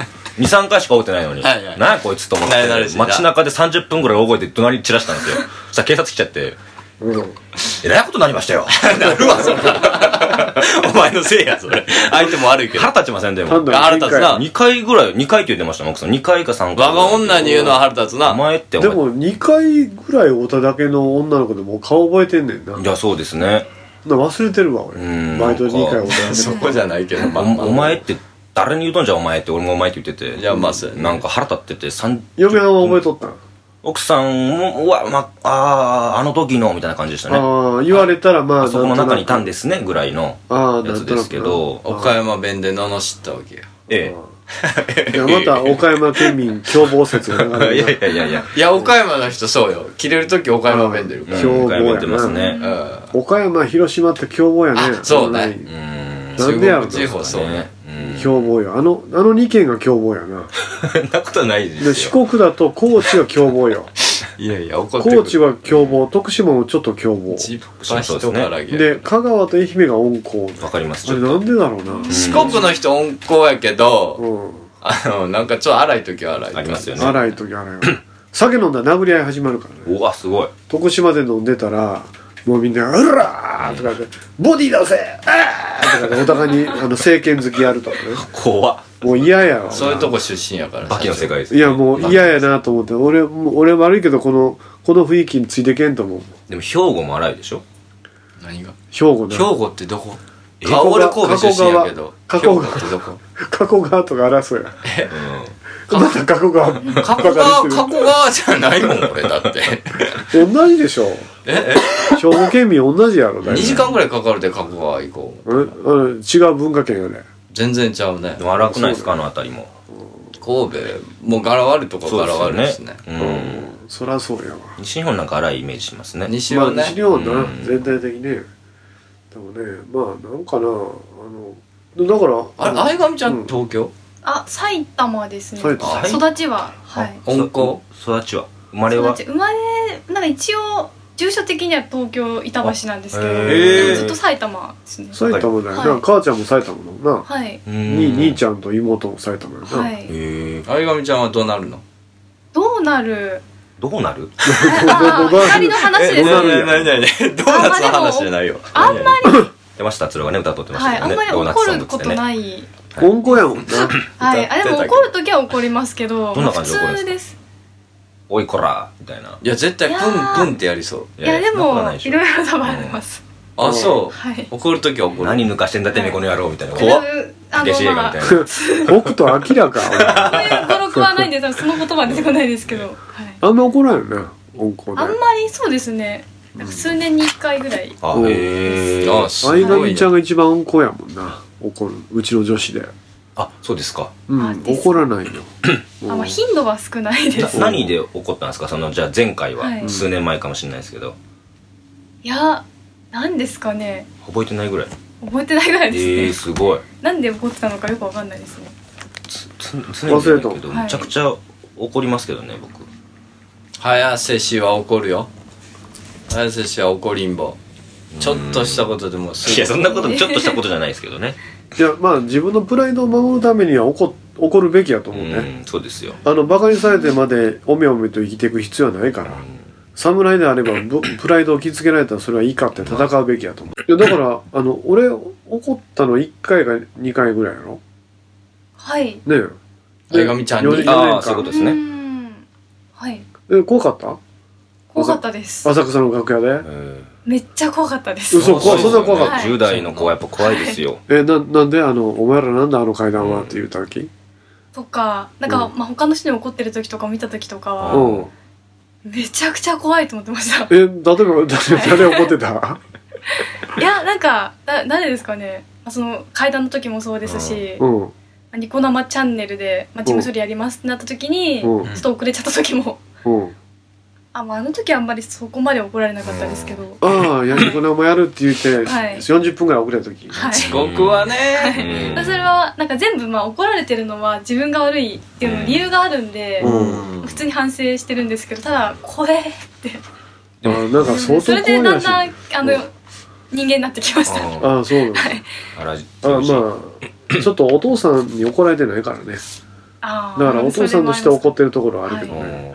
Speaker 3: 2、3回しか会うてないのに。
Speaker 1: はいはい
Speaker 3: なんやこいつと思って
Speaker 1: 慣れ慣れしい。な
Speaker 3: 街中で30分ぐらい大声で怒鳴り散らしたんですよ。そしたら警察来ちゃって、えらいことになり
Speaker 1: [laughs]
Speaker 3: ましたよ。
Speaker 1: [laughs] なるわ、そんな。お前のせいや、それ。相手も悪いけど。
Speaker 3: 腹立ちませんで
Speaker 2: 単
Speaker 3: も。
Speaker 2: な
Speaker 1: 腹
Speaker 2: る
Speaker 1: 立つ
Speaker 3: [laughs]
Speaker 1: な。
Speaker 3: 2回ぐらい、2回って言ってましたもん、奥さん。2回か3回。
Speaker 1: 我が女に言うのは腹立つ
Speaker 3: お
Speaker 1: な。
Speaker 3: 前ってお
Speaker 2: で
Speaker 3: 前。
Speaker 2: も2回ぐらい会うただけの女の子でもう顔覚えてんねんない
Speaker 3: や、そうですね。
Speaker 2: な忘れてるわ俺
Speaker 3: うん
Speaker 2: バイトで2回会うただけ
Speaker 1: そこじゃないけど、まあまあ
Speaker 3: おお前って誰に言うとんじゃんお前って俺もお前って言ってて
Speaker 1: いやまあそうやね
Speaker 3: なんか腹立っててさん
Speaker 2: 嫁はんは覚えとったん
Speaker 3: 奥さんもうわまああーあの時のみたいな感じでしたね
Speaker 2: ああ言われたらまあ
Speaker 3: あそこの中にいたん
Speaker 2: で
Speaker 3: ですねぐらいの
Speaker 2: ああ
Speaker 3: や
Speaker 2: な
Speaker 3: つ
Speaker 2: んと
Speaker 3: で
Speaker 2: な
Speaker 3: す
Speaker 2: く
Speaker 3: け
Speaker 2: な
Speaker 3: ど
Speaker 1: 岡山弁で罵ったわけや。
Speaker 3: え [laughs]
Speaker 2: いやまた岡山県民共謀説が流
Speaker 3: え
Speaker 2: れる
Speaker 3: [laughs] いやいやいやいや
Speaker 1: いや、岡山の人そうよ。切れるとき岡山弁出るか
Speaker 2: う
Speaker 1: ら。
Speaker 2: ん凶暴やな
Speaker 3: 言ってますね
Speaker 1: うん。あ
Speaker 2: な岡山広島って共謀やね
Speaker 1: あそうね
Speaker 2: ん
Speaker 3: うん
Speaker 2: なんでやろ
Speaker 1: 中国地方そうね。
Speaker 3: うん
Speaker 2: 共謀よあのあの2県が共謀やな
Speaker 3: そんなことはないです
Speaker 2: で
Speaker 3: よ
Speaker 2: 四国だと高知が共謀よ
Speaker 1: いやいや、怒ってくる。
Speaker 2: 高知は共謀徳島もちょっと共謀
Speaker 1: ちっぱ人からげ。
Speaker 2: で香川と愛媛が温厚
Speaker 3: わかります
Speaker 2: あ
Speaker 3: ち
Speaker 2: れ
Speaker 3: ょっと
Speaker 2: なんでだろうな
Speaker 1: 四国の人温厚やけど、
Speaker 2: うん
Speaker 1: あの、なんかちょっと荒い時は荒い。
Speaker 3: ありますよね
Speaker 2: 荒い時荒いわ酒飲んだら殴り合い始まるからね
Speaker 3: うわすごい
Speaker 2: 徳島で飲んでたらもうみんな「うらー!」とかで「ボディ出せ!」あーとかでお互いにあの政権好きやるとかね
Speaker 3: 怖っ
Speaker 2: もう嫌やわ
Speaker 1: そういうとこ出身やから。
Speaker 3: バキの世界です
Speaker 2: いやもう嫌やなと思って俺もう俺悪いけどこのこの雰囲気についてけんと思う
Speaker 3: でも兵庫も荒いでしょ
Speaker 1: 何が
Speaker 2: 兵庫
Speaker 1: 兵
Speaker 2: な
Speaker 1: 庫ってどこ
Speaker 2: え
Speaker 1: あ俺神戸出身やけど。
Speaker 2: 加
Speaker 1: 兵
Speaker 2: 古
Speaker 1: 庫
Speaker 2: 川
Speaker 1: ってどこ
Speaker 2: 加古川とか争うやん
Speaker 3: う
Speaker 2: また加古川
Speaker 1: 加古川、加古川じゃないもん、俺だって。
Speaker 2: 同じでしょ
Speaker 1: え
Speaker 2: 兵庫県民同じやろ
Speaker 1: え ?2
Speaker 2: 大
Speaker 1: 時間ぐらいかかるで加古川行こう。
Speaker 2: うんうん違う文化圏やね
Speaker 1: 全然ちゃうね
Speaker 3: んで。も荒くないですかあの辺りも
Speaker 1: 神戸、もう柄悪いとこ
Speaker 3: そう
Speaker 1: 柄悪い
Speaker 3: で
Speaker 1: ですす
Speaker 3: よ
Speaker 1: ね
Speaker 3: ね。うん
Speaker 2: そらそうやわ
Speaker 3: 西日本なんか荒いイメージしますね
Speaker 1: 西
Speaker 2: まあ
Speaker 1: はね
Speaker 2: 西。日本な、
Speaker 3: うん
Speaker 2: 全体的にねでもねまあなんかなあのだから
Speaker 1: あれ、相上ちゃ
Speaker 2: うんん
Speaker 1: 東京
Speaker 4: あ埼玉ですね
Speaker 2: 埼玉
Speaker 1: あ
Speaker 4: 育ちははい
Speaker 1: 温厚
Speaker 3: そ育ちは生まれは
Speaker 4: 育ち生まれなんか一応住所的には東京板橋なんですけど、
Speaker 3: あへ
Speaker 2: ー
Speaker 4: でもずっと埼玉ですね
Speaker 2: 埼玉だよな、
Speaker 4: はい
Speaker 2: 母ちゃんも埼玉だもんな、
Speaker 4: はい
Speaker 2: に兄
Speaker 3: ゃ
Speaker 2: ちゃんと妹も埼玉やな、
Speaker 4: は
Speaker 3: ん
Speaker 4: い
Speaker 3: へえ
Speaker 1: 相上ちゃんはどうなるの
Speaker 4: どう
Speaker 3: [laughs]
Speaker 4: なる
Speaker 3: どうなる
Speaker 2: どうなる
Speaker 4: ああ二人の話です
Speaker 2: どうなる
Speaker 4: ね
Speaker 2: やん
Speaker 1: ないないないないドーナツの話じゃないよ。
Speaker 4: あんま
Speaker 3: 山下達郎がね歌っとってまし
Speaker 4: はい
Speaker 3: た
Speaker 4: あ
Speaker 3: けど
Speaker 4: ん
Speaker 3: ね
Speaker 4: まり
Speaker 3: ドーナ
Speaker 4: 怒
Speaker 3: ツサンドっ
Speaker 4: る
Speaker 3: つ
Speaker 4: こ
Speaker 3: って
Speaker 4: と
Speaker 3: ね
Speaker 4: ない、
Speaker 2: 温厚やもんな
Speaker 4: はいあでも
Speaker 1: 歌ってたけど
Speaker 4: 怒る時は怒りますけど
Speaker 3: どんな感じで怒るんですか
Speaker 4: 普通です
Speaker 3: おいこらみたいない
Speaker 1: や、絶対プ
Speaker 4: いやー
Speaker 1: ンプンってやりそう。
Speaker 4: いやで
Speaker 3: そんなこと
Speaker 4: も
Speaker 3: ないでし
Speaker 4: い
Speaker 3: ょ
Speaker 4: ろいろとバレます、
Speaker 1: あ、そう
Speaker 4: はい。
Speaker 1: 怒るときは怒る。
Speaker 3: 何抜かしてんだてめえこの野郎みたいな
Speaker 1: 怖っ
Speaker 4: でもあ
Speaker 3: 激しい
Speaker 4: の
Speaker 3: 映画み
Speaker 4: ま
Speaker 3: たい
Speaker 4: あ
Speaker 3: な
Speaker 2: 北斗晶か
Speaker 4: そういう語録はないんで多分その言葉は出てこないですけど、はい、
Speaker 2: あんま怒らんよな温厚で
Speaker 4: あんまりそうですねなんか数年に1回ぐらい
Speaker 3: あへえ
Speaker 1: あ、すごい
Speaker 2: 相
Speaker 1: ね。
Speaker 2: 上ちゃんが一番温厚やもんな怒るうちの女子で
Speaker 3: あそうですか
Speaker 2: う
Speaker 4: あ
Speaker 2: ん
Speaker 4: です
Speaker 2: 怒らないよ
Speaker 4: あ、まあ、頻度は少ないで
Speaker 3: な
Speaker 4: す
Speaker 3: 何で怒ったんですかそのじゃあ前回
Speaker 4: は
Speaker 3: はい数年前かもしれないですけど
Speaker 4: いや何ですかね
Speaker 3: 覚えてないぐらい
Speaker 4: 覚えてないぐらい
Speaker 3: ええ
Speaker 4: ですね、
Speaker 3: すごい
Speaker 4: なんで怒ってたのかよくわかんないですね
Speaker 3: つ常にだけ
Speaker 2: 忘れ
Speaker 3: ど
Speaker 4: た
Speaker 3: むちゃくちゃ怒りますけどね僕
Speaker 1: 早瀬氏は怒るよ。早瀬氏は怒りんぼ。ちょっとしたことでもすぐ
Speaker 3: いやそんなことちょっとしたことじゃないですけどね
Speaker 2: いやまあ自分のプライドを守るためには怒っ起こるべきやと思うね、
Speaker 3: うん、そうですよ。
Speaker 2: あのバカにされてまでおめおめと生きていく必要はないから侍であればぶプライドを傷つけられたらそれはいいかって戦うべきやと思ういやだからあの俺怒ったの1回か2回ぐらいやろ
Speaker 4: はい。
Speaker 2: ねえ
Speaker 1: 前髪ちゃんに
Speaker 2: よよ
Speaker 3: ああ、
Speaker 2: 年
Speaker 3: そうい
Speaker 2: 間
Speaker 3: うことです
Speaker 4: う
Speaker 3: ね。
Speaker 4: んはい。
Speaker 2: え怖かった
Speaker 4: 怖かったです。
Speaker 2: 浅草の楽屋で
Speaker 3: うん
Speaker 4: めっちゃ怖かったです。
Speaker 2: 嘘怖いそんな怖かった
Speaker 3: 10代の子はやっぱ怖いですよ。
Speaker 2: えななんであの「お前らなんだあの階段は」って言うた時
Speaker 4: とか、なんか、
Speaker 2: う
Speaker 4: まあ、他の人に怒ってる時とか見た時とかは、
Speaker 2: うん
Speaker 4: めちゃくちゃ怖いと思ってました。
Speaker 2: え例えば [laughs] 誰誰怒って
Speaker 4: [laughs]
Speaker 2: た
Speaker 4: いや、なんか、だ誰ですかね。まあその、階段の時もそうですし、
Speaker 2: う
Speaker 4: ま
Speaker 2: ん
Speaker 4: あニコ生チャンネルで、まあ、事務処理やりますってなった時に、ち
Speaker 2: う
Speaker 4: ょ
Speaker 2: ん
Speaker 4: っと遅れちゃった時も、
Speaker 2: うん
Speaker 4: あ、まあ、あの時あんまりそこまで怒られなかったですけど、
Speaker 2: ああ焼きこなもやるって言って、
Speaker 4: はい
Speaker 2: 40分ぐらい遅れた時
Speaker 4: はい。
Speaker 1: 地獄はね、
Speaker 3: うん
Speaker 4: それはなんか全部まあ怒られてるのは自分が悪いっていうの理由があるんで、
Speaker 2: うん
Speaker 4: 普通に反省してるんですけどただ怖えって
Speaker 2: あーなんか相当
Speaker 4: そ
Speaker 2: 怖
Speaker 4: れ
Speaker 2: い
Speaker 4: でだ
Speaker 2: ら
Speaker 4: ん
Speaker 2: しい
Speaker 4: だんあの
Speaker 2: うん
Speaker 4: 人間になってきました
Speaker 3: あ
Speaker 2: ああそうなんだ
Speaker 3: あらじ
Speaker 2: あまあ
Speaker 4: [laughs]
Speaker 2: ちょっとお父さんに怒られてないからね
Speaker 4: あ
Speaker 2: だからお父さんとして怒ってるところはあるけど
Speaker 3: う
Speaker 2: ね、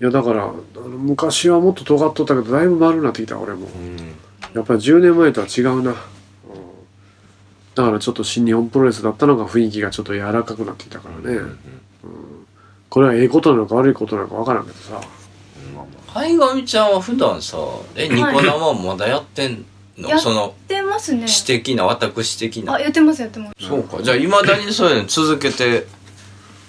Speaker 2: い、
Speaker 3: ん
Speaker 2: やだからあの昔はもっと尖っとったけどだいぶ丸になってきた俺も
Speaker 3: うん
Speaker 2: やっぱり10年前とは違うな、うん、だからちょっと新日本プロレスだったのが雰囲気がちょっと柔らかくなってきたからね、これはええことなのか悪いことなのかわからんけどさ
Speaker 1: はいがみちゃんは普段さえニコ生もまだやってんの、
Speaker 4: やっ
Speaker 1: その
Speaker 4: ってますね
Speaker 1: 私的な私的な
Speaker 4: あやってますやってます
Speaker 1: そうかじゃあいまだにそういうの続けて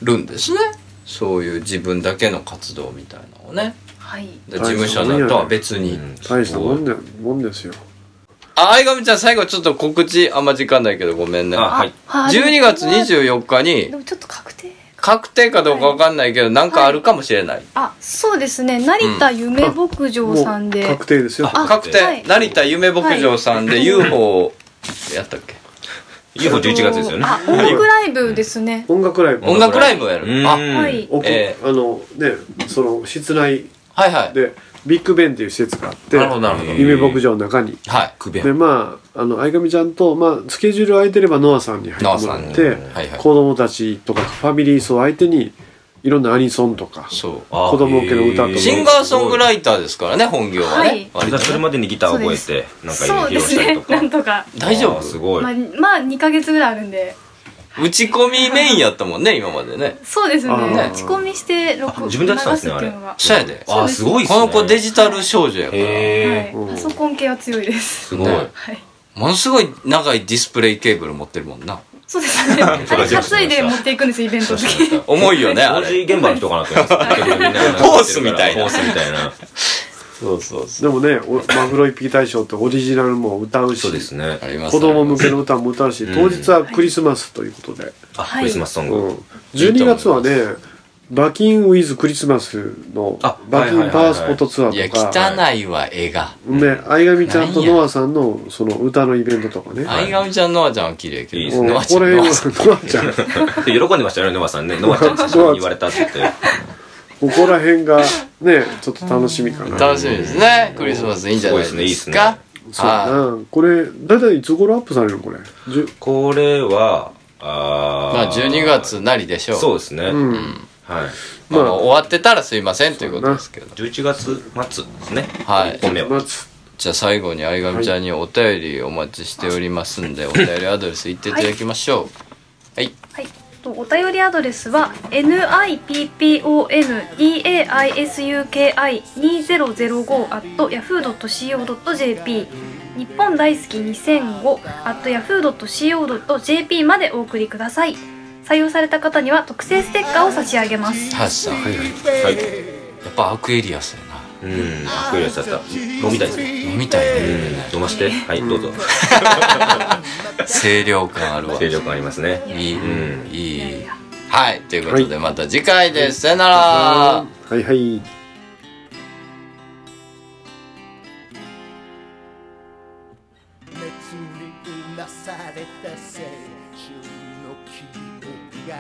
Speaker 1: るんですねそういう自分だけの活動みたいなのをね
Speaker 4: はい
Speaker 1: で事務所のとは別に、
Speaker 2: 大したもんでもんですよ
Speaker 1: あ相上ちゃん最後ちょっと告知あんま時間ないけどごめんね
Speaker 3: あはい。
Speaker 4: はい
Speaker 1: 12月
Speaker 4: 日
Speaker 1: 24日に
Speaker 4: でもちょっと確定
Speaker 1: 確定かどうかわかんないけどなんかあるかもしれない、
Speaker 4: あそうですね成田夢牧場さんで、
Speaker 2: もう確定ですよ
Speaker 4: あ
Speaker 1: 確
Speaker 4: は
Speaker 1: 定
Speaker 4: い
Speaker 1: 成田夢牧場さんで UFO やったっけ
Speaker 3: UFO11 月ですよね。
Speaker 4: あ音楽ライブですね
Speaker 2: 音楽ライブ
Speaker 1: 音楽ライブをや
Speaker 3: う
Speaker 1: る
Speaker 3: ん
Speaker 1: あ
Speaker 4: はい
Speaker 2: おこ
Speaker 1: え
Speaker 2: あのねその室内
Speaker 1: はいはい
Speaker 2: でビッグベンっていう施設があって
Speaker 1: なるほどなるほど
Speaker 2: 夢牧場の中に
Speaker 1: はいクビ
Speaker 2: でまああの相上ちゃんと、まあ、スケジュール空いてればノアさんに入ってもらっ
Speaker 1: ノア
Speaker 2: て
Speaker 1: さんにはいはい
Speaker 2: 子供たちとかファミリー層相手にいろんなアニソンとか
Speaker 1: そ
Speaker 3: あ
Speaker 2: 子供向けの歌と
Speaker 3: へ
Speaker 1: う
Speaker 2: か
Speaker 1: シンガーソングライターですからね本業はね、
Speaker 3: じ
Speaker 1: 割
Speaker 3: ゃ
Speaker 1: と
Speaker 3: あそれ
Speaker 1: ね
Speaker 3: までにギター覚えて、なんか
Speaker 4: そう
Speaker 3: 披露
Speaker 4: です
Speaker 3: したりと
Speaker 4: ね
Speaker 3: か。
Speaker 4: なんとか
Speaker 1: 大丈夫
Speaker 3: あーすごい。
Speaker 4: まあ、まあ2ヶ月ぐらいあるんで
Speaker 1: 打ち込みメインやったもんね今までね
Speaker 4: そうですね
Speaker 2: あー
Speaker 4: 打ち込みして録
Speaker 3: あ自分でやってたんですね
Speaker 4: 流っていうのが
Speaker 1: そうやで
Speaker 3: あーすごいっす
Speaker 1: こ
Speaker 3: ね。
Speaker 1: の子デジタル少女やから
Speaker 3: へえ。
Speaker 4: はい、パソコン系は強いです
Speaker 3: すごい。
Speaker 1: ね
Speaker 4: はい
Speaker 1: ものすごい長いディスプレイケーブル持ってるもんな
Speaker 4: [laughs] そうですねあれ担いで持っていくんですイベントの時
Speaker 1: 重いよねあ
Speaker 3: 工 [laughs] 事
Speaker 1: れ
Speaker 3: 現場の人かなって思ってた結構みんななんか
Speaker 1: ホースみたいな
Speaker 3: ホースみたいな。
Speaker 1: そうそうそ
Speaker 2: でもねおマグロ一匹大賞ってオリジナルも歌うし
Speaker 3: そうですね
Speaker 1: うあ。ります
Speaker 2: 子供向けの歌も歌うし
Speaker 3: うん
Speaker 2: 当日はクリスマスということで、
Speaker 3: あ、
Speaker 4: はい
Speaker 3: クリスマスソン
Speaker 2: う
Speaker 3: グ。
Speaker 2: ん、12月はねバキンウィズクリスマスの
Speaker 3: あ
Speaker 2: バキ
Speaker 3: はいは
Speaker 2: ン
Speaker 3: いはいはい
Speaker 2: パワースポットツア
Speaker 1: いや
Speaker 2: ーとか
Speaker 1: 汚いわ絵が
Speaker 2: ね、相上ちゃんと
Speaker 1: なんや
Speaker 2: ノアさんのその歌のイベントとかね。
Speaker 1: 相上ちゃんノアちゃんは綺麗けど
Speaker 3: いいで
Speaker 2: う
Speaker 3: す
Speaker 2: ん
Speaker 1: ノアちゃ
Speaker 2: こ
Speaker 1: ん
Speaker 2: れ、ノ
Speaker 1: ノア
Speaker 2: ア
Speaker 1: ちゃん
Speaker 2: ちゃん、こ
Speaker 3: 喜ん [laughs] でましたよね、ノアさんね。ノアちゃんに言われたって言って。
Speaker 2: こら辺がね、ちょっと楽しみかな。
Speaker 1: [laughs] 楽しみですねクリスマスいいんじゃない
Speaker 3: すごい
Speaker 1: で
Speaker 3: ですすねいい
Speaker 1: か
Speaker 3: っ
Speaker 2: そうやな。これ、だいたいいつ頃アップされるのこれ。じゅ
Speaker 3: これは、あー
Speaker 1: まあ12。月なりでしょう
Speaker 3: そうですね。
Speaker 2: うん。
Speaker 3: はい。
Speaker 1: まあ
Speaker 2: まあ
Speaker 1: 終わってたらすいませんということですけど
Speaker 3: 11月末ですね。
Speaker 1: はい
Speaker 3: 一本目は。
Speaker 2: 夏
Speaker 1: じゃあ最後に相上ちゃんにお便りお待ちしておりますんで、お便りアドレス言っていただきましょう。はい。
Speaker 4: はいとお便りアドレスは nippondaisuki2005.yahoo.co.jp 日本大好き2005 at yahoo.co.jp までお送りください採用された方には特製ステッカーを差し上げます
Speaker 1: ハチさん、や
Speaker 3: はい。
Speaker 1: っぱアクエリアスやな。
Speaker 3: うん。かっこいいやつだった。飲みたいですね。
Speaker 1: 飲みたいね。
Speaker 3: うん。飲まして。はい、どうぞ。
Speaker 1: 清涼感あるわ。
Speaker 3: 清涼感ありますね。
Speaker 1: いい、
Speaker 3: うん
Speaker 1: いい。はい。ということで、また次回です。さよなら。
Speaker 2: はいはい。
Speaker 9: 熱りうなされた青春の記憶が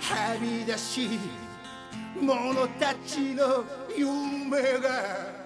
Speaker 9: はみ出し者たちの夢が